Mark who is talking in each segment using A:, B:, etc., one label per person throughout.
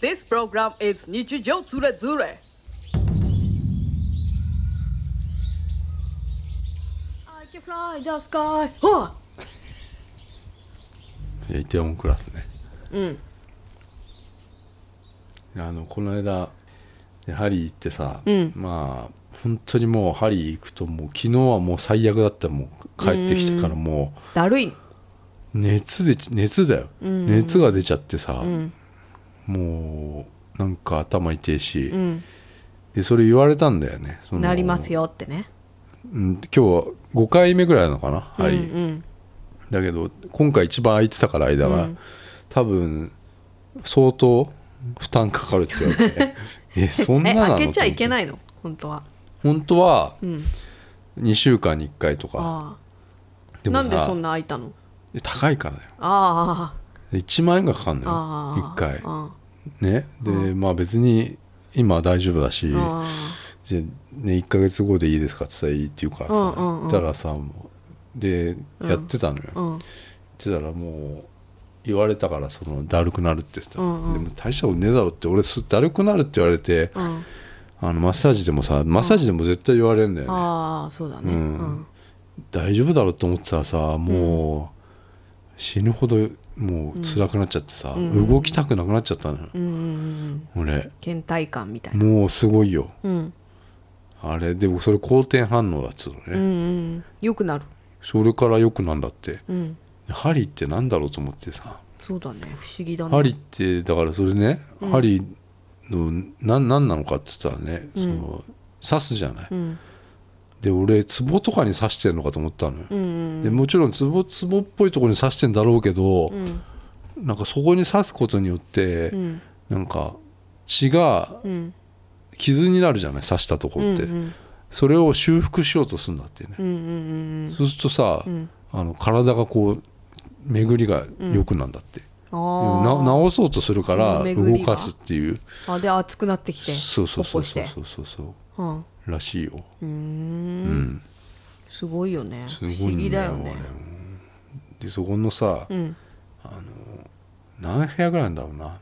A: This program is 日常ズレズレ。
B: I can fly the sky はあ
C: いやイテウォンクラスね
A: うん。
C: あのこの間ハリー行ってさ、
A: うん
C: まあ本当にもうハリー行くともう昨日はもう最悪だったもう帰ってきてからも
A: だるい。
C: う熱で熱だよ、
A: うん
C: 熱が出ちゃってさ、
A: うん。
C: もうなんか頭痛いし、
A: うん。
C: でそれ言われたんだよねその
A: なります、よってね。
C: うん、今日は5回目ぐらいなのかなハリー、
A: うん
C: だけど今回一番空いてたから間が、
A: うん
C: 多分相当負担かかるって言われ てえそ
A: うんん。
C: な
A: え、
C: なの
A: 開けちゃいけ
C: い
A: ないの本当は。
C: 本当は
A: うん。
C: 2週間に1回とか
A: ああ。
C: でも
A: なん
C: さ
A: でそんな開いたの
C: 高いからだよ
A: あ
C: 1万円がかかる
A: あ。
C: のよ
A: ああ。
C: 1回
A: あ
C: ねでまあ別に今は大丈夫だし
A: あ。
C: じゃあね1か月後でいいですかって言ったらいいって言うから
A: うんう
C: さ
A: んうん
C: 言ったらさもうで
A: ん
C: やってたのよ
A: ああうん。
C: 言ってたらもう言われたからそのだるくなるって言ってた、
A: うんうん
C: でも大したことねえだろって俺すだるくなるって言われて、
A: うん。
C: あのマッサージでもさマッサージでも絶対言われるんだよね、
A: ああ、そうだね。う
C: うん
A: ん。
C: 大丈夫だろうと思ってたらさもう死ぬほどもう辛くなっちゃってさ、
A: ん
C: 動きたくなくなっちゃったのよ、
A: うんうんうん。
C: 俺
A: 倦怠感みたいな。
C: もうすごいよ
A: うん。
C: あれでもそれ好転反応だっつうのね、
A: うんうん。よくなる。
C: それからよくなんだって
A: うん。
C: ハリーってなんだろうと思ってさ、
A: そうだね。不思議だね。
C: ハリーってだからそれね、ハリーのなんなんなのかって言ったらね、
A: うん
C: その刺すじゃない、
A: うん。
C: で俺ツボとかに刺してんのかと思ったのよ、
A: うんうん
C: でもちろんツボツボっぽいところに刺してんだろうけど
A: う、ん。
C: なんかそこに刺すことによって、
A: うん。
C: なんか血が
A: うん。
C: 傷になるじゃない刺したところって、
A: うんうん
C: それを修復しようとするんだってね、
A: うんうん
C: そうするとさ、
A: うんうん
C: あの体がこう巡りが良くなんだって、
A: あ
C: な
A: ー
C: 治そうとするから
A: その巡
C: 動
A: りが
C: かすっていう
A: あで熱くなってきて
C: そうそうそ
A: ポッポ
C: うそう
A: して
C: そうそうそう
A: うんう
C: らしいよ、
A: ーん
C: うん、
A: すごいよね
C: す
A: 不
C: ごいん
A: 思議だよね
C: あれでそこのさ、
A: うん
C: 何部屋ぐらいなんだろうな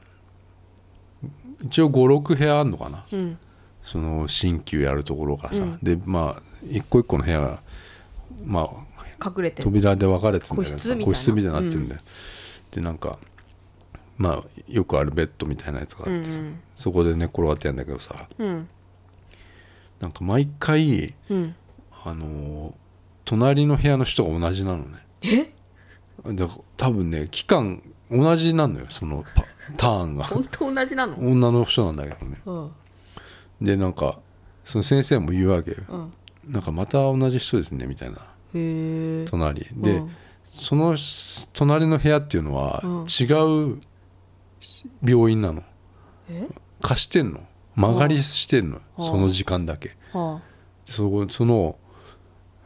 C: 一応56部屋あんのかな
A: うん
C: その新旧やるところがさ、
A: うん
C: でまあ一個一個の部屋がまあ
A: 隠れてる
C: 扉で分かれてんだけ
A: 個
C: ど
A: 室みたいな
C: 個室みたいになってんだよ、でなんかまあよくあるベッドみたいなやつがあってさ、
A: うんうん
C: そこで寝転がってやんだけどさ
A: うん
C: なんか毎回
A: うん
C: あのー隣の部屋の人が同じなのね
A: え
C: だから多分ね期間同じなのよそのパターンが
A: 本当同じなの
C: 女の人なんだけどね
A: うん
C: でなんかその先生も言うわけよ
A: うん
C: なんかまた同じ人ですねみたいな
A: へえ
C: 隣で、
A: うん
C: その隣の部屋っていうのは
A: うん
C: 違う病院なの
A: え
C: 貸してんの曲がりしてんの
A: うん
C: その時間だけ
A: は
C: そこその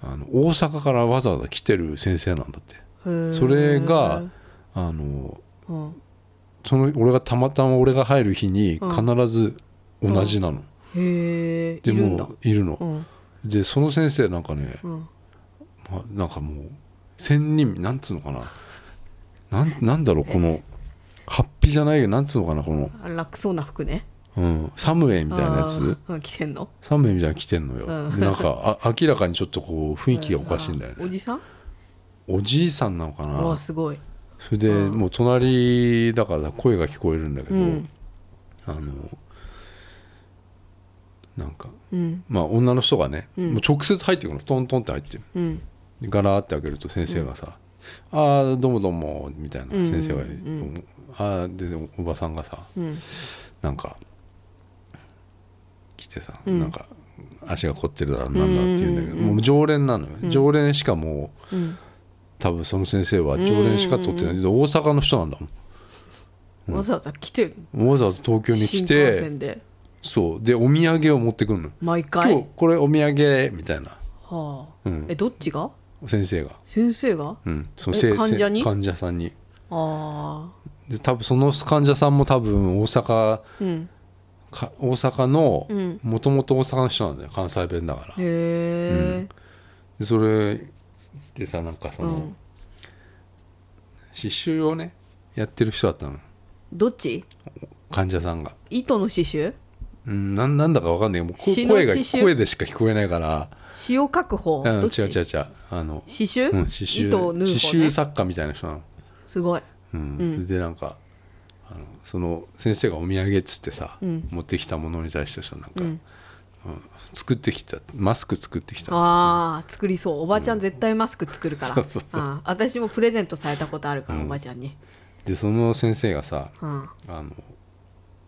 C: あの大阪からわざわざ来てる先生なんだって
A: あへえ
C: それがあの
A: うん
C: その俺がたまたま俺が入る日に
A: うん
C: 必ず同じなの、
A: へえい
C: で
A: るんだ
C: もういるの、
A: うん
C: でその先生なんかね、
A: うん
C: まなんかもう仙人なんつうのかななんなんだろうこのハッピーじゃないけどなんつうのかなこの、
A: あ楽そうな服ね
C: うん、サムウェイみたいなやつ
A: あーうん着てんの
C: サムウェイみたいなの着てんのよ、
A: うん
C: でなんかあ明らかにちょっとこう雰囲気がおかしいんだよ
A: あーお
C: ね
A: じさん
C: おじいさんなのか
A: うわ
C: な
A: すごい
C: それで
A: うん
C: もう隣だから声が聞こえるんだけ
A: う
C: ど、
A: ん
C: あのなんか
A: うん
C: まあ女の人がね、
A: うん
C: もう直接入ってくるのトントンって入ってる
A: うん
C: でガラーって開けると先生がさ「ああどうもどうも」みたい
A: うん
C: な先生が、
A: うん
C: ああでおおばさんがさ
A: うん
C: なんか来てさ、
A: うん
C: なんか足が凝ってるだなんだって言うんだけど、
A: うんうんうん
C: もう常連なのよ、
A: ん
C: 常連しかもう
A: うん
C: 多分その先生は常連しか取ってない、大阪の人なんだ
A: わざわざ来てる
C: もんわざわざ東京に
A: 新幹
C: 来て
A: 線で
C: そうでお土産を持ってくるの
A: 毎
C: 今
A: 回
C: 日これお土産みたいな
A: はあ、
C: うん
A: えどっちが
C: 先生が、
A: 先生が
C: うん、そ
A: え
C: せ
A: 患者に
C: せ患者さんに
A: ああ
C: で多分その患者さんも多分大阪
A: うん
C: か大阪の
A: うん
C: もともと大阪の人なんだよ関西弁だから
A: へえ、
C: でそれでさなんかそ
A: うん
C: の、刺繍をねやってる人だったの
A: どっち
C: 患者さんが
A: 糸の刺繍
C: うんなんなんだかわかんないけどもうこ
A: 詩の
C: 声が
A: 詩集
C: 声でしか聞こえないから
A: 詩を書く方
C: うん
A: ど
C: 違う違う違う
A: っち
C: あの、
A: 刺繍、
C: うん、刺繍
A: 糸を縫う
C: 刺
A: 方ね
C: 繍作家みたいな人なの
A: すごい
C: うん
A: うん
C: それでなんかあのその先生がお土産っつってさ、
A: うん
C: 持ってきたものに対してさなんか、
A: うん
C: 作ってきたマスク作ってきた
A: あー作りそうおばちゃん絶対マスク作るから、
C: そうそうそう
A: あー私もプレゼントされたことあるから、
C: うん
A: おばちゃんに、
C: でその先生がさ
A: うん
C: あの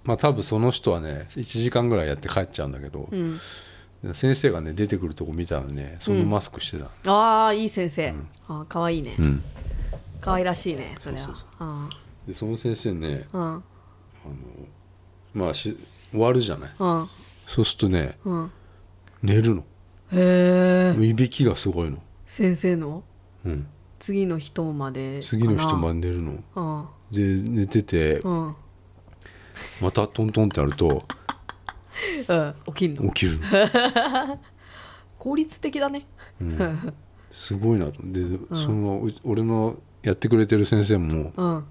C: まあ多分その人はね1時間ぐらいやって帰っちゃうんだけど
A: う、ん、
C: 先生がね出てくるとこ見たらねそのマスクしてたの、
A: ああいい先生、あーかわいいね、
C: うん
A: かわいらしいねそれは
C: そうそう
A: あ
C: でその先生ね
A: ーうん
C: まあし終わるじゃない、
A: うん
C: そうするとね
A: うん
C: 寝るの
A: へえ
C: いびきがすごいの、
A: 先生の
C: うん、
A: 次の人までかな
C: 次の人まで寝るの
A: うん
C: で寝てて
A: うん、うん、
C: またトントンってやると
A: 起きん
C: 起
A: の
C: きるの、
A: 効率的だね
C: うん、すごいなとでそのう俺のやってくれてる先生も
A: うん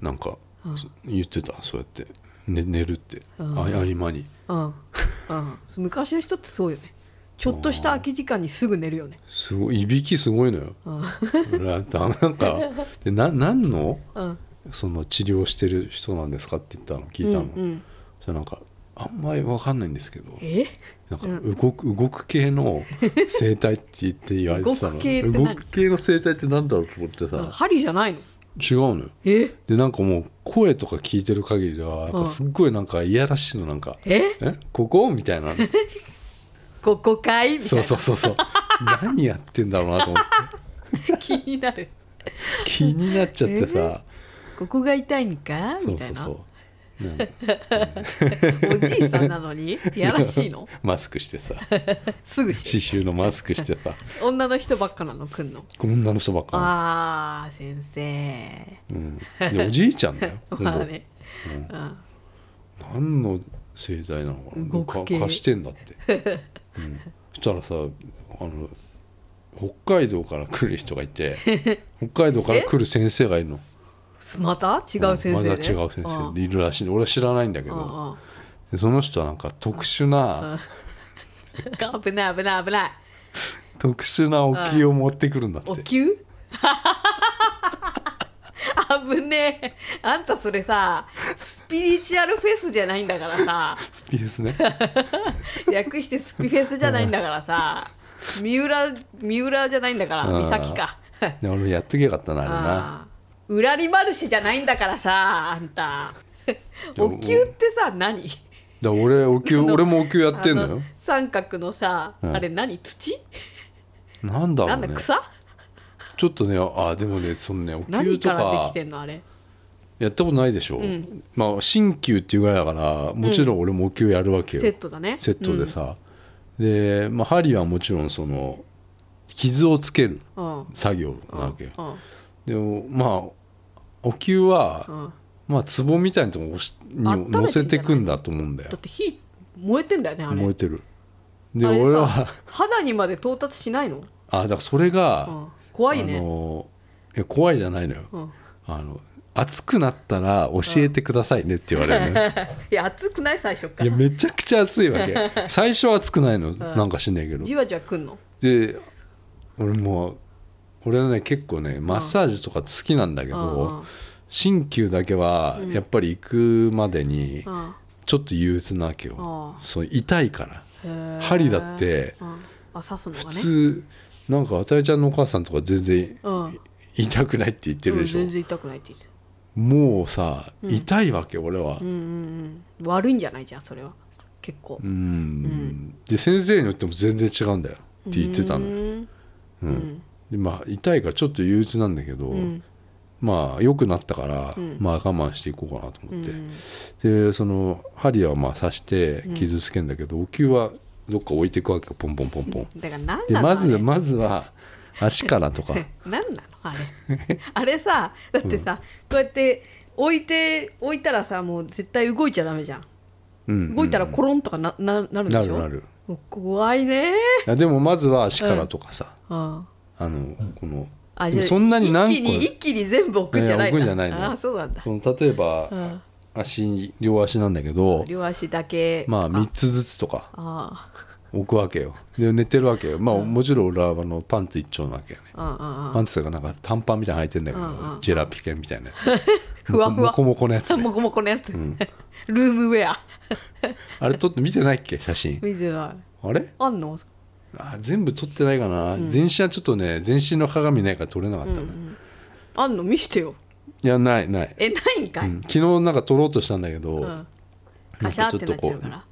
C: なんかそ言ってたそうやって、ね、寝るって、
A: うん
C: あ合間に
A: うん、うん、昔の人ってそうよねちょっとした空き時間にすぐ寝るよね
C: すごいいびきすごいのよ
A: うん
C: 俺だなんかでな何の
A: うん
C: その治療してる人なんですかって言ったの聞いたの、
A: うんうん、
C: そしたらなんかあんまりわかんないんですけど
A: え
C: なんか動く、動く系の生態って言って言われてた
A: 動
C: の
A: く系って何
C: 動く系の生態ってなんだろうと思ってさ、
A: 針じゃないの
C: 違うのよ
A: え
C: でなんかもう声とか聞いてる限りではなん
A: う
C: か
A: ん
C: すっごいなんかいやらしいのなんか「
A: え
C: えここ?」みたいな
A: ここかいみたい
C: そう
A: な
C: そうそうそう何やってんだろうなと思って
A: 気になる
C: 気になっちゃってさ、
A: ここが痛いんか
C: そ
A: み
C: う
A: たい
C: そう
A: な
C: そうなんか
A: おじいさんなの にやらしいの
C: マスクしてさ
A: すぐして
C: 刺繍のマスクしてさ
A: 女の人ばっかなの来んの
C: 女の人ばっか
A: あー先生
C: り、うん、でおじいちゃんだよほ ぼ
A: まあね、うん
C: 何の生態なのかな
A: 動く系
C: か貸してんだ って、うん、そしたらさあの北海道から来る人が いて北海道から来る先生がいるの
A: また違う先生
C: ん
A: で
C: まだ違う先生でいるらしいの俺は知らないんだけ
A: うん
C: ど
A: うんうん
C: でその人はなんか特殊な
A: 危ない危ない危ない
C: 特殊なお灸を持ってくるんだって
A: お灸危ねえあんたそれさスピリチュアルフェスじゃないんだからさ
C: スピですね
A: 略してスピフェスじゃないんだからさ三浦三浦じゃないんだから
C: う
A: 三
C: ん
A: 崎 か
C: で俺もやっときゃよかったなあれな
A: ああウラリマルシェじゃないんだからさあんた
C: でも
A: お灸ってさ何
C: だから俺お灸
A: あの
C: 俺もお灸やってんの
A: あ
C: よ
A: 三角のさ、
C: うん
A: あれ何土
C: なんだろ
A: な
C: うん
A: だ
C: ね
A: 草
C: ちょっとねあでもねそのねお灸
A: 何
C: と
A: からで
C: か
A: きてんのあれ
C: やったことないでしょ、
A: ん
C: まあ鍼灸っていうぐらいだからもちろん俺もお灸やるわけよ、
A: セットだね
C: セットでさ、で、まあ、針はもちろんその傷をつける
A: うんうん
C: 作業なわけよ、
A: うん
C: でもまあお灸は、
A: うん
C: まあ壺みたいなとこに押し
A: 温めてん
C: に
A: じゃない
C: 乗せてくんだと思うんだよ
A: だって火燃えてんだよねあれ
C: 燃えてるで
A: あれさ
C: 俺は
A: 肌にまで到達しないの、
C: あだからそれが、
A: うん、怖いね、
C: あのいや怖いじゃないのよ、
A: うん、
C: あの熱くなったら教えてくださいねって言われ るのよ、
A: いや熱くない最初か
C: いや
A: ら
C: めちゃくちゃ暑いわ け最初は暑くないのなんかしんないけど
A: じわじわくんの
C: で俺もう俺はね結構ねマッサージとか好きなんだけ
A: うんうん
C: ど鍼灸だけはやっぱり行くまでに
A: うん
C: ちょっと憂鬱なわけよ
A: ああ
C: そう痛いから
A: へー
C: 針だって
A: うんあ刺すのがね
C: 普通なんかあたりちゃんのお母さんとか全然
A: うんうん
C: 痛くないって言ってるでしょ
A: 全然痛くないって言ってた
C: もうさ痛いわけ俺は
A: うんうんうん悪いんじゃないじゃあそれは結構
C: うんで先生によっても全然違うんだよって言ってたのよ
A: うん
C: うんでまあ痛いからちょっと憂鬱なんだけど、
A: ん
C: まあ良くなったから、
A: ん
C: まあ我慢していこうかなと思って、
A: うん
C: でその針はまあ刺して傷つけんだけど、お灸はどっか置いていくわけよポンポンポンポン。
A: だから何なの
C: でま
A: あ
C: ず
A: れ
C: まずは足か らとか
A: 何なのあれ あれさだってさ、こうやって置いて置いたらさもう絶対動いちゃダメじゃん
C: うん
A: 動いたらコロンとかなななるんで
C: な
A: し
C: る
A: ょ
C: なる
A: もう怖いね
C: いやでもまずは足からとかさ、
A: あ
C: あのこの
A: あじゃあ
C: そんなに何個
A: 一気に一気に全部置くんじゃない
C: いや置くんじゃないのよ
A: あそうなんだ
C: その例えば、
A: うん
C: 足両足なんだけど
A: 両足だけ
C: まあ3つずつとか
A: あ
C: 置くわけよで寝てるわけよまあもちろん俺はあのパンツ一丁なわけよね
A: あうんうん
C: パンツとかなんか短パンみたいなの履いてんだけど、
A: うんうん
C: ジェラピケみたいな
A: ふわふわ
C: もこもこ のやつ、
A: うん
C: ね、
A: もこもこのやつ、 ルームウェア
C: あれ撮って見てないっけ写真
A: 見てない
C: あれ
A: あんの
C: あ全部撮ってないかな、全身はちょっとね全身の鏡ないから撮れなかったね、
A: あんの見してよ
C: いやないない、
A: えないんか
C: う
A: い、
C: ん昨日なんか撮ろうとしたんだけど、
A: う
C: うん
A: ん、カシャーってなっちゃうか
C: な
A: ら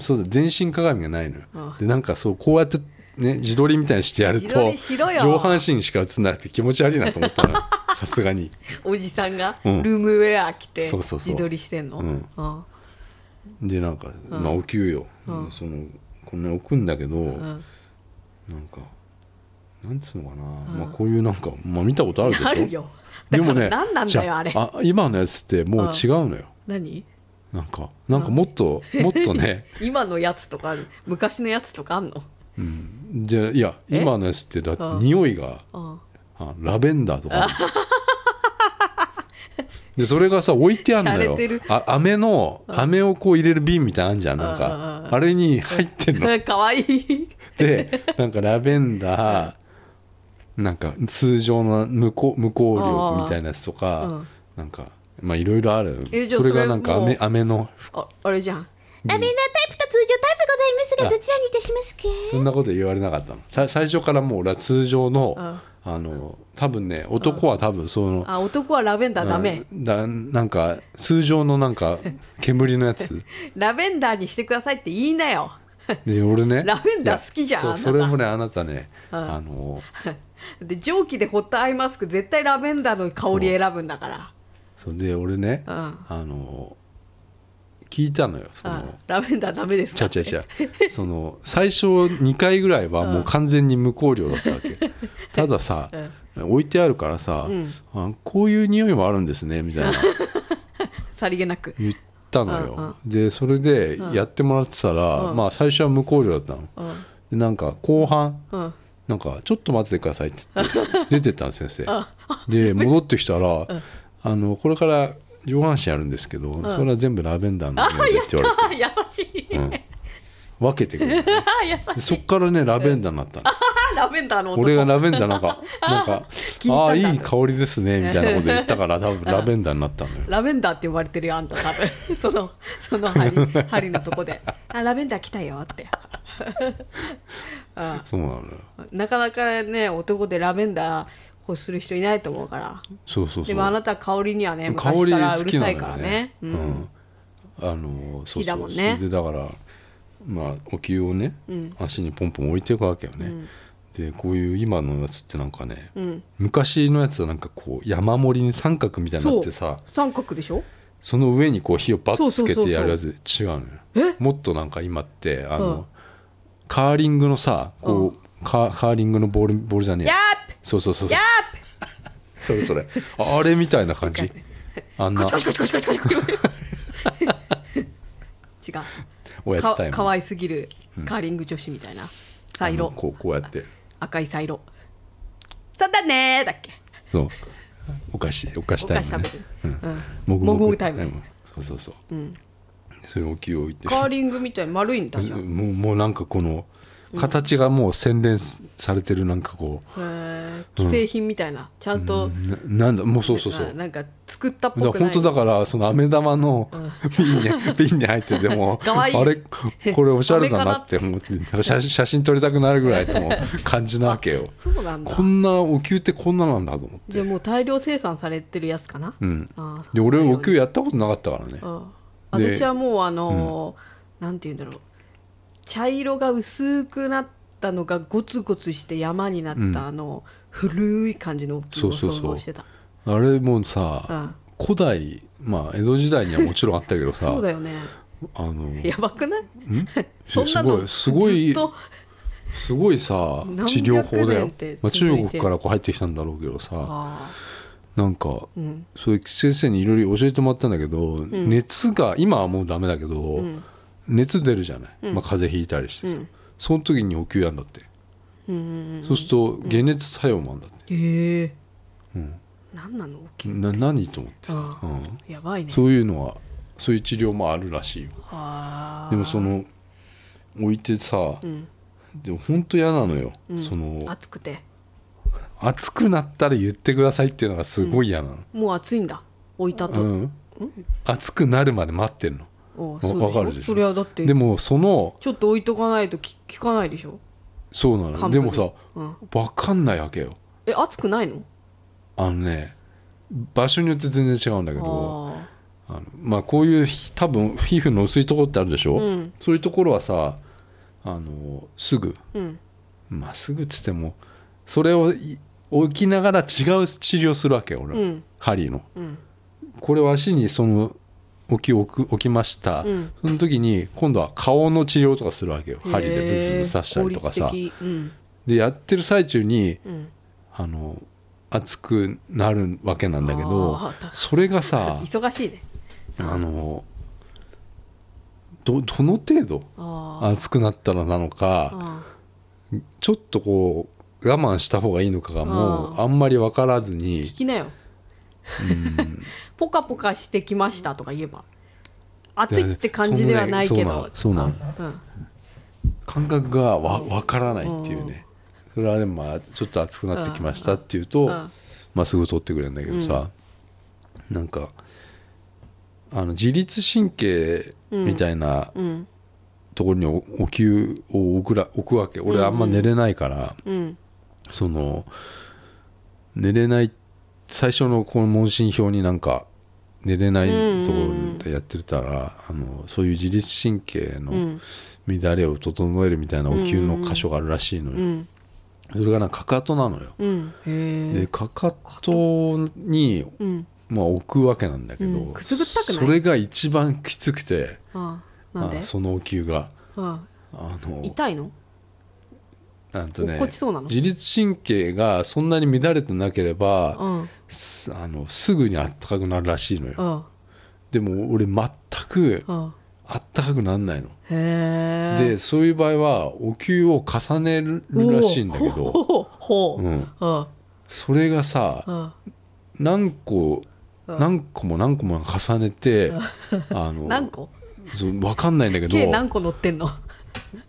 C: そうだ全身鏡がないのよ、
A: うん
C: でなんかそうこうやってね自撮りみたいにしてやる
A: 自撮
C: と
A: りしろよ
C: 上半身しか映んなくて気持ち悪いなと思っ たのさすがに
A: おじさんが
C: うん
A: ルームウェア着て
C: そうそうそう
A: 自撮りしてんの、
C: うん
A: あ
C: でなんか、まあお給よ、
A: うん
C: そのこの置くんだけど、
A: うん、
C: なんかなんつうのかな、まあ、こういうなんか、まあ、見たことあるでしょ
A: あるよ
C: でもね
A: だから何なん
C: じ
A: だ
C: ゃ
A: よあれ
C: 今のやつってもう違うのよ、
A: 何
C: なんかなんかもっと、もっとね
A: 今のやつとかある昔のやつとかあんの
C: じゃあいや
A: え
C: 今のやつってだって
A: うん
C: 匂いが
A: あ
C: あラベンダーとかあるでそれがさ置いてあんの
A: 洒落
C: よ
A: てる
C: あ飴の飴をこう入れる瓶みたいなのあんじゃんな
A: う
C: ん
A: んうん
C: か
A: うん
C: あれに入ってんの
A: あかわいい
C: でなんかラベンダーなんか通常の無香無香料みたいなやつとか、
A: うん
C: なんかまあいろいろある
A: えじゃ
C: そ
A: あ
C: れがなんか
A: それもう
C: 飴飴の
A: ああれじゃん
B: ラベンダータイプと通常タイプございます
C: あ
B: がどちらにいたしますか
C: そんなこと言われなかったのさ最初からもう俺は通常の、
A: うん
C: あの多分ね男は多分その、
A: あ男はラベンダーダメ、
C: うんだなんか通常のなんか煙のやつ
A: ラベンダーにしてくださいって言いなよ
C: で俺ね
A: ラベンダー好きじゃん
C: いや
A: あなた
C: そうそれもねあなたね、
A: うん
C: あの
A: で蒸気でホットアイマスク絶対ラベンダーの香り選ぶんだから、
C: そうで俺ね、
A: うん
C: あの聞いたのよその、
A: あラベンダーダメです
C: ち
A: か
C: ゃちゃちゃその最初2回ぐらいはもう完全に無香料だったわ け、たださ、置いてあるからさ、
A: うん
C: あこういう匂いもあるんですねみたいな
A: さりげなく
C: 言ったのよ、
A: うんうん
C: でそれでやってもらってたら、
A: うん
C: まあ最初は無香料だったの、
A: うん
C: でなんか後半
A: うん
C: なんか「ちょっと待っててください」っ つって出てったの先生で戻ってきたら、あの「これから上半身やるんですけど、それは全部ラベンダーの匂いで」って言われて
A: あ優しい、
C: うん分けてくれる
A: あ 優しい
C: でそっからねラベンダーになったの
A: あラベンダーの音
C: 俺がラベンダーな んかなんか
A: 聞いたんだ
C: ああーいい香りですねみたいなこと言っ たから多分ラベンダーになったのよ
A: ラベンダーって呼ばれてるよあんた多分 そのその針針のとこで「あラベンダー来たよ」ってあ
C: そうなのよ
A: なかなかね男でラベンダー欲する人いないと思うから
C: そうそうそう
A: でもあなた香りにはね
C: 香
A: 昔
C: り
A: から
C: 好
A: う
C: き
A: るさ
C: なの
A: い
C: よ
A: から
C: ね
A: ね
C: う
A: うんん
C: あのそうそう
A: きだもんね
C: それでだからまあお灸をね、足にポンポン置いていくわけよね、でこういう今のやつってなんかね、
A: ん
C: 昔のやつはなんかこう山盛りに三角みたいになってさ
A: 三角でしょ
C: その上にこう火をバッと
A: そ
C: つけ
A: うそうそう
C: て
A: そう
C: やるやつ違うのよもっとなんか今ってあの、カーリングのさこう、カーカーリングのボールボールじゃねえ
A: や
C: そうそうそう
A: ー
C: そ
A: や
C: う それそれあれみたいな感じあんな
A: ー違う
C: おやつタイ
A: か
C: ム
A: かわいすぎるカーリング女子みたいなサイ
C: あ
A: ロ
C: のこうこうやって
A: 赤いサイロそうだねーだっけ
C: そうお菓子お菓子
A: お菓
C: タイ
A: 子食
C: ムね
A: べてる、
C: もぐ
A: もぐもぐタイム
C: そうそうそう、
A: ん
C: それを気を置いて
A: カーリングみたいに丸いんだじゃんへ
C: もうもうなんかこの形がもう洗練されてるなんかこ
A: ー既製品みたいなちゃんと、
C: うななんだもうそうそうそう
A: あなんか作ったっぽ
C: だ
A: く
C: から
A: な
C: 本
A: い
C: 当だからその飴玉の瓶に 瓶に入ってても
A: かわいい
C: あれこれおしゃれだなって思ってなんか写写真撮りたくなるぐらい の感じなわけよ
A: そうなんだ
C: こんなお灸ってこんななんだと思って
A: じゃあもう大量生産されてるやつかな、
C: うん
A: あー
C: で俺お灸やったことなかったからね
A: うん
C: で
A: 私はもうあのーなんて言うんだろう茶色が薄くなったのがゴツゴツして山になった、
C: うん
A: あの古い感じのお灸を想
C: そうそうそう
A: 像してた
C: あれもさ、古代まあ江戸時代にはもちろんあったけどさ
A: そうだよね
C: あの
A: やばくないそん
C: す
A: な
C: ご
A: の
C: いすごい
A: ずっと
C: すごいさ
A: 何百
C: 治療法だ
A: 年
C: よ
A: って、
C: まあ、
A: 続い
C: 中
A: て
C: 国からこう入ってきたんだろうけどさ
A: あ
C: なんか
A: ーうん
C: そういう先生にいろいろ教えてもらったんだけど、熱が今はもうダメだけど、
A: ん
C: 熱出るじゃない、まあ、風邪ひいたりしてさ、
A: うん
C: その時にお灸やんだって、
A: うんうんうん
C: そうすると解熱作用もあんだって、
A: へえ
C: うん
A: 何なの大きい
C: な何と思ってさ
A: あ、
C: うん、
A: やばいね
C: そういうのはそういう治療もあるらしいよ
A: あー
C: でもその置いてさ、
A: うん
C: でも本当嫌なのよ、
A: うん
C: その
A: 暑くて
C: 熱くなったら言ってくださいっていうのがすごい嫌なの、
A: もう暑いんだ置いた
C: う
A: と、
C: ん熱くなるまで待ってるの
A: おう
C: わ
A: そうでしょ
C: わかるでしょ
A: それはだって
C: でもその
A: ちょっと置いとかないとき効かないでしょ
C: そうなの
A: 完
C: で
A: 璧
C: もさ
A: うん、
C: 分かんないわけよ
A: え暑くないの
C: あのね場所によって全然違うんだけど
A: あ
C: あのまあこういうひ多分皮膚の薄いところってあるでしょ、
A: うん
C: そういうところはさあのすぐ
A: あうん
C: まあすぐっつってもそれをい置きながら違う治療するわけよ俺は、
A: うん
C: 針の
A: うん
C: これを足にその置き置く置きました、
A: うん
C: その時に今度は顔の治療とかするわけよ針でブ
A: へー
C: ツブツ刺したりとかさ
A: 効率的うん
C: でやってる最中に
A: うん
C: あの熱くなるわけなんだけど
A: あー確かに
C: それがさ
A: 忙しいね
C: あのどどの程度
A: あ
C: 熱くなったらなの
A: あ
C: か
A: あ
C: ちょっとこう我慢した方がいいのかがも
A: あ
C: う
A: ー
C: あんまり分からずに
A: 聞きなよ ポカポカしてきましたとか言えば暑いって感じではないけど
C: そうなの
A: う
C: そう
A: んうん
C: 感覚がわ分からないっていうねそれはでもまあちょっと熱くなってきましたっていうと
A: うん
C: まあすぐ取ってくれるんだけどさなんかあの自律神経みたいな
A: うん
C: ところにおお灸を置くら置くわけ俺あんま寝れないから、
A: うん
C: その寝れない最初のこの問診票になんか寝れないところでやってたら、あのそういう自律神経
A: う
C: の
A: ん
C: 乱れを整えるみたいなお灸の箇所があるらしいのよ、
A: うん
C: それがなんかかかとなのよ、
A: うんへ
C: で
A: え
C: かかとに、
A: うん
C: まあ、置くわけなんだけど、
A: うんくすぐったくない
C: それが一番きつくて
A: ああなんで
C: あそのお灸が
A: あ
C: あ
A: あ
C: の
A: 痛いの
C: なんとね
A: 落っこちそうなの
C: 自律神経がそんなに乱れてなけれ
A: う
C: ば、
A: んうん
C: すあのすぐにあったかくなるらしいのよ、
A: あ
C: でも俺全く
A: あ
C: あったかくならないの、
A: へえ
C: でそういう場合はお灸を重ねるらしいんだけ
A: おお
C: ど、
A: ほうほう
C: うん、
A: あ
C: それがさ
A: あ
C: 何個
A: うん
C: 何個も何個も重ねてあの
A: 何個
C: そう分かんないんだけど
A: 計何個乗ってんの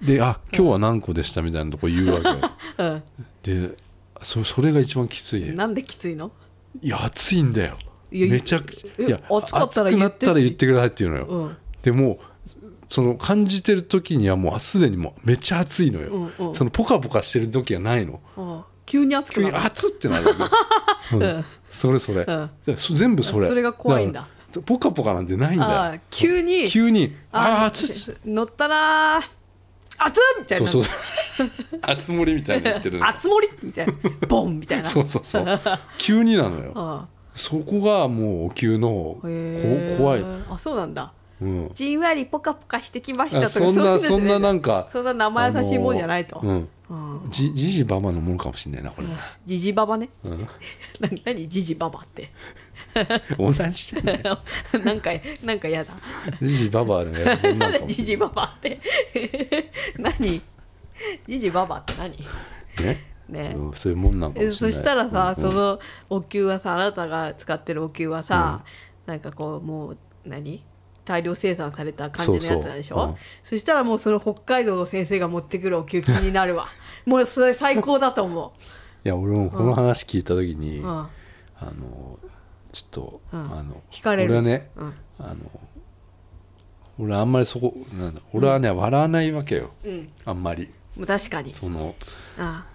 C: であ今日は何個でしたみたいなとこ言うわ
A: うん
C: けよでそそれが一番きついよ
A: なんできついの
C: いや暑いんだよ
A: いや
C: めちゃくちゃ
A: え
C: いや
A: 暑かったら
C: 暑くなったら言
A: 言
C: っ
A: って
C: くださいって言うのよ、
A: うん
C: でもその感じてる時にはもうすでにもうめっちゃ暑いのよ、
A: うんうん
C: そのポカポカしてる時はないの
A: ああ急に熱く
C: 急
A: な
C: に
A: る
C: 熱ってなる わけうん
A: うん
C: それそれ、
A: うん
C: でそ全部それ
A: それが怖いんだ
C: からポカポカなんてないん
A: あ
C: だ
A: あ
C: よ
A: 急に
C: 急にあ
A: あ
C: あ暑い
A: 乗ったらー熱っみたい
C: そ
A: な
C: うそうそう 熱盛みたいに言ってる
A: 熱盛りみたいなボンみたいな
C: そうそうそう急になのよ
A: あ
C: そこがもうお灸のこ
A: あへえ
C: 怖い、
A: あそうなんだ
C: うん、
A: じんわりポカポカしてきましたと
C: あ
A: か
C: そん
A: ういう
C: な
A: のじゃ
C: そんななんか
A: そんな生優しいもんじゃないと
C: あの
A: うん
C: うん、じじじばばのものかもしれないなこれ、
A: ジジババね
C: うん、
A: な何ジジババって
C: 同じじゃない
A: なんかなんかやだ
C: じじばばのやつもな んかも
A: ジジババって何ジジババって何
C: ね
A: ね
C: うんそういうもんなんかもしれな
A: え
C: い
A: そしたらさ、
C: うんうん
A: そのお灸はさあなたが使ってるお灸はさ、なんかこうもう何大量生産された感じのやつなんでしょそ
C: そ
A: う
C: そううん
A: したらもうその北海道の先生が持ってくるお灸気になる わもうそれ最高だと思
C: いや俺もこの話聞いた時に、
A: う、うん、
C: あ
A: あ
C: のちょっと、
A: うん
C: あの
A: 惹かれる
C: 俺はね、
A: うん
C: あの俺あんまりそこなんだ俺はね、笑わないわけよ、
A: うん
C: あんまり
A: もう確かに
C: その、
A: ああ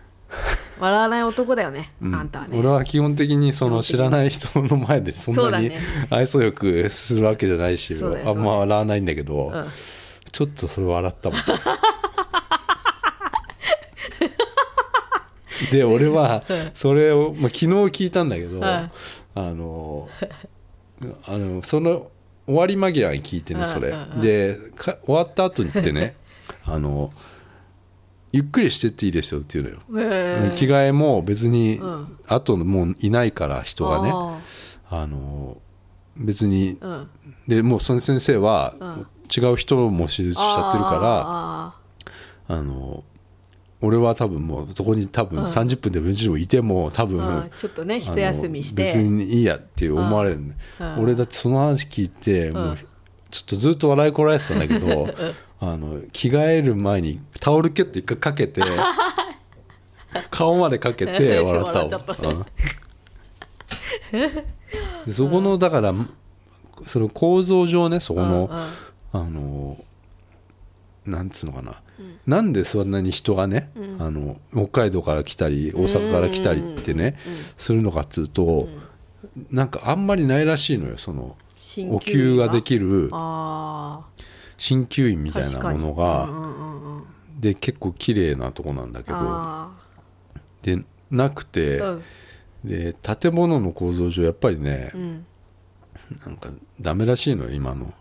A: 笑わない男だよね、
C: うん
A: あんたはね
C: 俺は基本的にその
A: 基
C: 知
A: 本的に
C: らない人の前でそん
A: そう
C: な
A: だ
C: に
A: ね
C: 愛想よくするわけじゃないし、
A: そうだよ
C: あんま笑わないんだけど、
A: うん
C: ちょっとそれ笑ったもん で俺はそれを、まあ、昨日聞いたんだけど、
A: ん
C: あのあのその終わり間際に聞いてねそれ、
A: うんうんうん
C: でか終わった後に言っ てねあのゆっくりしてっていいですよって言うのよ、
A: へえ
C: 着替えも別に、
A: うん
C: あともういないから人がねあ
A: あ
C: の別に
A: あうん
C: でもうその先生は、
A: うん
C: 違う人も手術しちゃってるから
A: あ
C: あの俺は多分もうそこに多分
A: うん
C: 30分でも40分もいても多分、
A: あーちょっとね一休みして
C: あの別にいいやって思われるね、
A: うん
C: 俺だってその話聞いて、も
A: うん
C: うちょっとずっと笑いこられてたんだけど、あの着替える前にタオルキュッて一回か けて顔までかけて笑ったわ
A: ちょっと笑っちゃったね
C: うんでそこのだからその構造上ねそこの、
A: うんうん
C: あのなんつうのかな、なんでそんなに人がね、あの北海道から来たり大阪から来たりってね、するのかっつうと、なんかあんまりないらしいのよその
A: 鍼灸院
C: お灸ができる
A: あ
C: 鍼灸院み
A: ー
C: たい
A: 確
C: な
A: かに
C: もの
A: うん
C: が
A: うんうんうん
C: で結構綺麗なとこなんだけど
A: あ
C: でなくて、
A: ー
C: で建物の構造上やっぱりね、
A: うんうん
C: なんかダメらしいのよ今の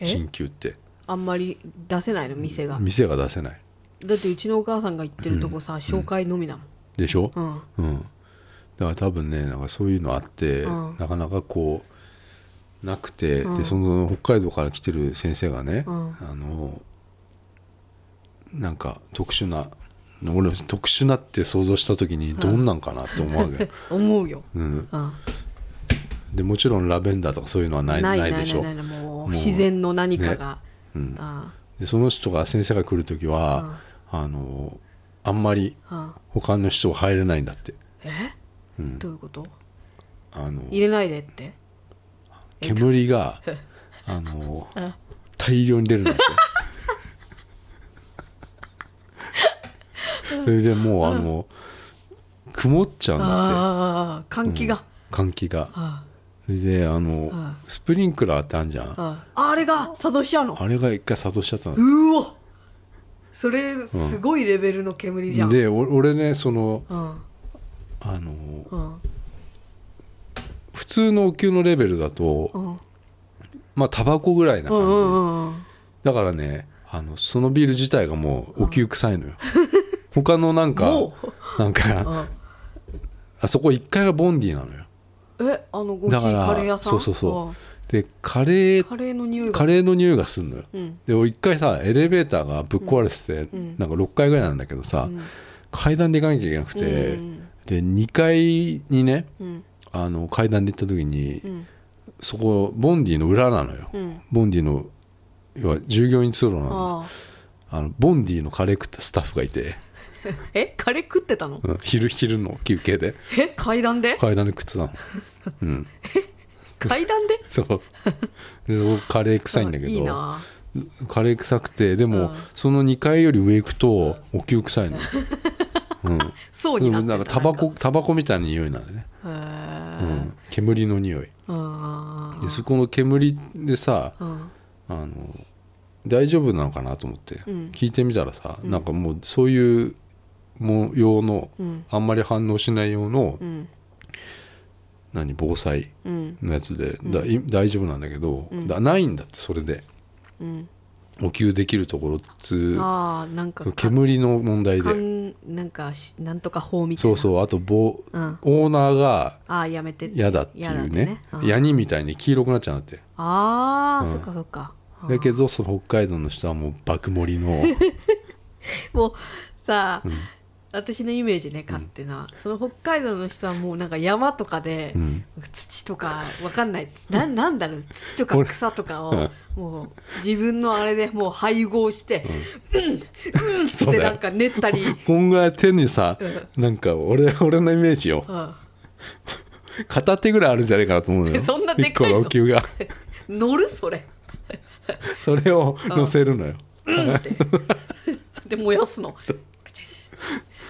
A: え
C: 鍼灸って
A: あんまり出せないの店が
C: 店が出せない
A: だってうちのお母さんが行ってるとこさ、紹介のみだもん
C: でしょ、
A: うん、
C: うん、だから多分ねなんかそういうのあって、
A: うん
C: なかなかこうなくて、
A: うん
C: でその北海道から来てる先生がね、
A: うん
C: あのなんか特殊な俺も特殊なって想像した時にどんなんかなって思う わけ、
A: 思うよ、
C: うん、
A: うん、
C: でもちろんラベンダーとかそういうのはないないでしょ
A: ないも
C: も
A: う
C: う
A: 自然の何かが、
C: うん
A: あ
C: でその人が先生が来る時は、あのあんまり
A: あああ
C: 他の人入れないんだって、
A: え
C: うん、
A: どういうこと
C: あの
A: 入れないでって
C: 煙が あの大量に出るんだってそれでもうあの曇っちゃうんだって
A: ああ換気が、
C: 換気が
A: あ
C: それであの
A: あ
C: スプリンクラーってあるじゃん
A: あああれが作動しちゃうの
C: あれが一回作動しちゃったんだ
A: うおそれすごいレベルの煙じゃん、
C: でお俺ねその
A: うん
C: あの
A: うん
C: 普通のお灸のレベルだ
A: う
C: と
A: ん
C: まあタバコぐらいな
A: うんうんうんうん
C: 感じだからねあのそのビール自体がもうお灸臭 いのよ他のなんか
A: も
C: なんかあそこ1階がボンディなのよ
A: うんえあのご
C: だ
A: し
C: から
A: カレー屋さん
C: そうそうそうでカレ
A: うんカ
C: ー
A: レーの匂いが
C: カレーの匂いがするのよ、
A: うん
C: で俺1回さエレベーターがぶっ壊れてて、
A: うん
C: なんか6階ぐらいなんだけどさ、
A: うん
C: 階段で行かなきゃいけなくて、
A: うん
C: で2階にね
A: うん
C: あの階段で行った時に、
A: うん
C: そこボンディの裏なのよ、
A: うん
C: ボンディの要は従業員通路なの
A: あ
C: あのボンディのカレー食ったスタッフがいて、
A: あえカレー食ってたの
C: うん昼昼の休憩で
A: え階段 で
C: 階段で食ってたの、うん、
A: 階段で
C: そうでそこカレー臭いんだけど
A: いいな
C: カレー臭くてでも、
A: うん
C: その2階より上行くとお灸臭 いの、うん、
A: そう
C: で
A: に
C: も
A: なって
C: なんかタバコタバコみたいな匂いなんだね、
A: へえ
C: うん煙の匂い
A: うん
C: でそこの煙でさ
A: うん
C: あの大丈夫なのかなと思って、
A: うん
C: 聞いてみたらさ、なんかもうそういうもう用の、
A: うん
C: あんまり反応しない用の、
A: うん
C: 何防災
A: うん
C: のやつで、だい大丈夫なんだけど、だないんだってそれで
A: うん
C: お灸できるところっつう
A: ああなんかか
C: 煙の問題で
A: かんなんかしなんとか法みたい
C: そ
A: な
C: うそうあとぼ、
A: うん
C: オーナーが
A: ああやめてって
C: 嫌だっていうね
A: 嫌だってねうん
C: ヤニみたいに黄色くなっちゃうんだって
A: ああ、
C: うん
A: そっかそっかうん
C: だけどその北海道の人はもう爆盛 りの
A: もうさあ、私のイメージね勝手な、その北海道の人はもうなんか山とかで、
C: うん
A: 土とかわかんないななんだろう土とか
C: 俺
A: 草とか
C: う
A: を
C: ん
A: もう自分のあれでもう配合して、うん、つ
C: そ
A: っ
C: う
A: て
C: だよ
A: なんか練ったり、うん
C: こんぐらい手にさなんか俺俺のイメージよ片手ぐらいあるんじゃないかなと思うの よ
A: そんなでっかいの
C: 一個のお 灸が
A: 乗るそれ
C: それを乗せるのよ、
A: うん ってで燃やすの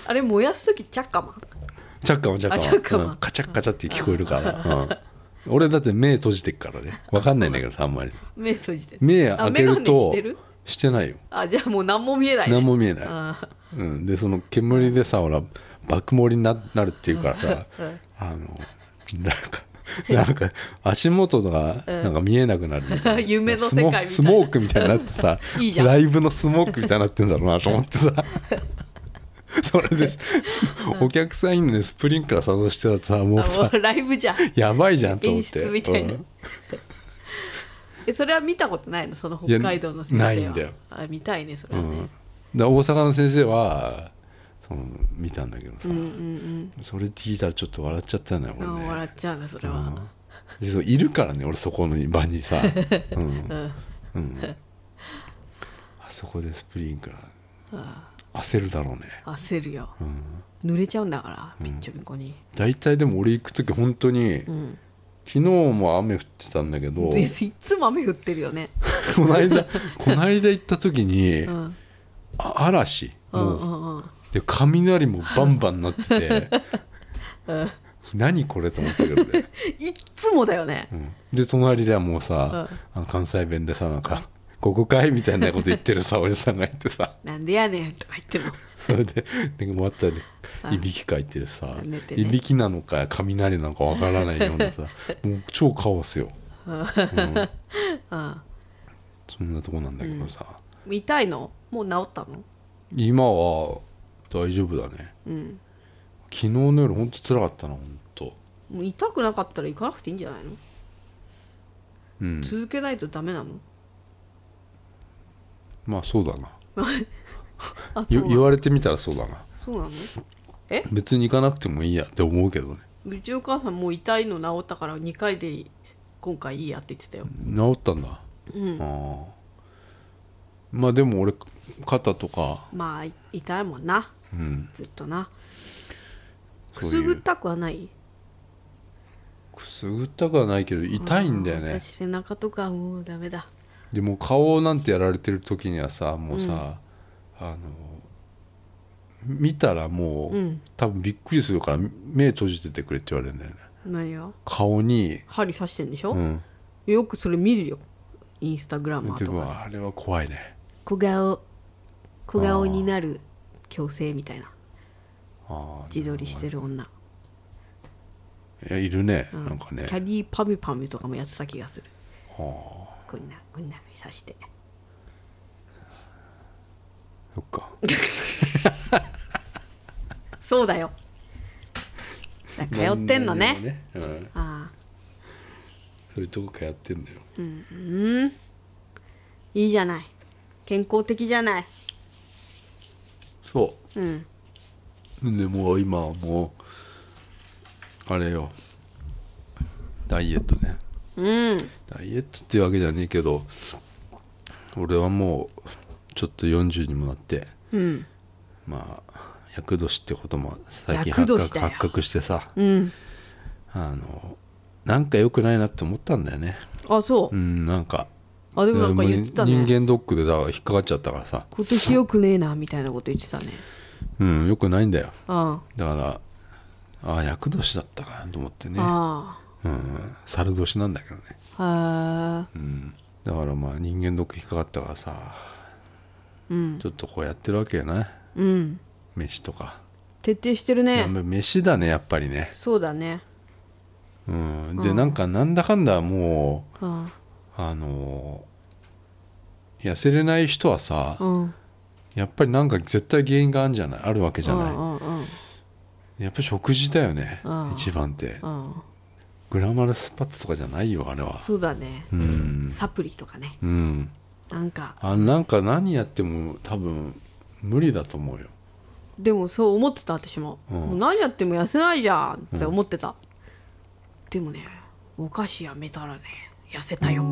A: あれ燃やす時チャッカマン
C: チャッカマンチャッカマン
A: あチャッカマン
C: うんカチャッカチャって聞こえるから、うん俺だって目閉じてっからねわかんないんだけどさあんまりさ
A: 目閉じて
C: 目開ける
A: あ
C: と
A: 眼鏡してる
C: してないよ
A: あじゃあもう何も見えない、
C: 何も見えない
A: あ
C: うん、でその煙でさほら爆盛りにななるっていうからさ、
A: うん
C: あのなんかなんか足元がなんか見えなくなるみたい な、
A: 夢の世界みたいな
C: スモスモークみたいになってさ
A: いいじゃん
C: ライブのスモークみたいになってんだろうなと思っ てさそれですお客さんいるのにスプリンクラー作動してたらさもう
A: あも
C: さ
A: うライブじゃん
C: やばいじゃんと思って
A: 演出みたいな
C: うん
A: えそれは見たことないのその北海道の先生はい
C: やないんだよ
A: あ見たいねそれ
C: う
A: は
C: ん
A: ね、
C: だから大阪の先生はそうん、見たんだけどさ、
A: うんうん
C: それ聞いたらちょっと笑っちゃったね
A: う
C: 俺
A: ん、
C: ね
A: あ笑っちゃうねそれ
C: うん
A: は、
C: でそういるからね俺そこの場にさ、うん
A: うんあ
C: うん、あそこでスプリンクラー焦るだろうね、
A: 焦るよ
C: うん、
A: 濡れちゃうんだからピッチョピコに、
C: 大体でも俺行く時本当に、
A: うん
C: 昨日も雨降ってたんだけど
A: でいつも雨降ってるよね、
C: この間この間行った時に、
A: うん
C: あ嵐
A: う
C: も
A: ん
C: う、
A: うんうん
C: で雷もバンバンなってて何これと思ったけどね、
A: いっつもだよね
C: うんで隣ではもうさ、あの関西弁でさなんか 「ここかい?」みたいなこと言ってるさおじさんがい てさ
A: なんでやねんとか言っても
C: それでで終わったらね
A: あ
C: いびきかいてるさ、
A: 寝てね
C: いびきなのか雷なのかわからないよ うなさもう超カオスよ、うん
A: あ
C: そんなとこなんだけどさ、
A: 痛いのもう治ったの
C: 今は大丈夫だね
A: うん
C: 昨日の夜ほんとつらかったなほんと
A: もう痛くなかったら行かなくていいんじゃないの、
C: うん
A: 続けないとダメなの
C: まあそうだな
A: あそう
C: よ
A: な
C: 言
A: の
C: われてみたらそうだな
A: そうなの
C: 別に行かなくてもいいやって思うけどね
A: うちお母さんもう痛いの治ったから2回でいい今回いいやって言ってたよ
C: 治ったんだ、
A: うん
C: ああまあでも俺肩とか
A: まあい痛いもんな
C: うん
A: ずっとなく
C: そう
A: す
C: い
A: ぐっ
C: う
A: たくはない
C: くすぐったくはないけど痛いんだよ
A: あー
C: ね
A: 私背中とかもうダメだ
C: でもう顔なんてやられてる時にはさもうさ、あの見たらもう、
A: うん
C: 多分びっくりするから目閉じててくれって言われるんだよね
A: 何よ
C: 顔に
A: 針刺してんでしょ、
C: うん
A: よくそれ見るよインスタグラマー
C: で
A: とか
C: もあれは怖いね
A: 小顔小顔になる矯正みたいな
C: あー
A: 自撮りしてる女、
C: いやいるね、
A: うん
C: なんかね
A: キャリーパミュパミュとかもやってた気がするこんなこんなに刺して
C: そっか
A: そうだよ だから通ってんのね
C: 何でもうん、
A: ああ
C: そういうとこ通ってんだよ
A: うんいいじゃない健康的じゃない
C: そ
A: うん
C: うでもう今はもうあれよダイエットね
A: うん
C: ダイエットっていうわけじゃねえけど俺はもうちょっと40にもなって
A: うん
C: まあ厄年ってことも最近発
A: 厄年
C: 覚
A: だよ
C: 発覚してさ
A: うん
C: あのなんか良くないなって思ったんだよね
A: あそうう、
C: んなんか
A: あでもなんか言ってたね
C: 人間ドックでだから引っかかっちゃったからさ
A: 今年よくねえなみたいなこと言ってたね
C: うんよくないんだよ
A: あ
C: だからああ厄年だったかなと思って
A: あ、
C: ね
A: あ
C: うん猿年なんだけどね
A: あへえ
C: うんだからまあ人間ドック引っかかったからさ
A: うん
C: ちょっとこうやってるわけよね
A: うん
C: 飯とか、
A: 徹底してる
C: や
A: ね
C: っぱ飯だねやっぱりね
A: そうだね
C: うんでなんかなんだかんだも
A: あ
C: うあのー痩せれない人はさ、
A: あうん
C: やっぱりなんか絶対原因があるんじゃないあるわけじゃない、
A: うんうんうん
C: やっぱ食事だよね、
A: うん
C: 一番って、
A: うん
C: グラマラスパッツとかじゃないよあれは
A: そうだね
C: うん
A: サプリとかね
C: うん
A: なんか
C: あなんか何やっても多分無理だと思うよ
A: でもそう思ってた私も,、
C: うん
A: もう何やっても痩せないじゃんって思ってた、でもねお菓子やめたらね痩せたよ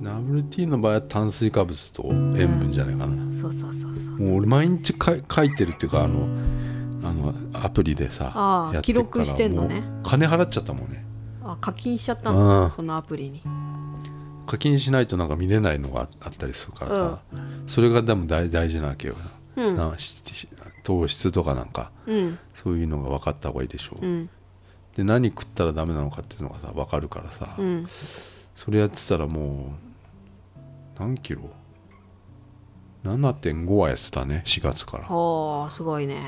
C: WT の場合は炭水化物と塩分じゃないかな、
A: そうそうそうそう
C: もう俺毎日かい書いてるっていうかあのあのアプリでさ
A: ああ
C: やってっから
A: 記録してんのね
C: もう金払っちゃったもんね
A: あ課金しちゃった
C: うん
A: のそのアプリに
C: 課金しないとなんか見れないのがあったりするからさ、それがでも大大事なわけよな,、
A: うん
C: なし糖質とかなんか
A: うん
C: そういうのが分かった方がいいでしょう、
A: うん
C: で何食ったらダメなのかっていうのがさ分かるからさ、
A: うん
C: それやってたらもう何キロ7.5は痩せたね4月から
A: はあすごいね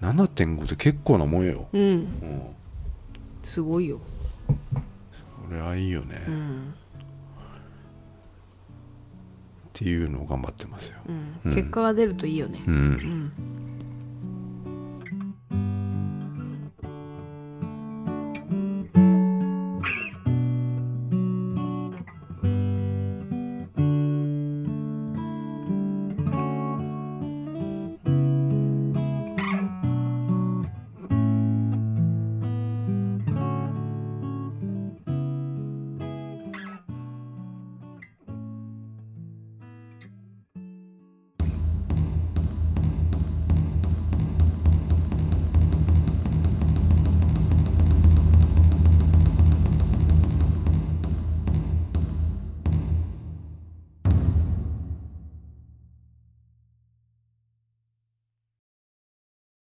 C: 7.5って結構なもんよ、
A: うん
C: うん、
A: すごいよ
C: これはいいよね、
A: う
C: っ
A: ん、
C: ていうのを頑張ってますよ
A: うん
C: うん
A: 結果が出るといいよね
C: うん、
A: うん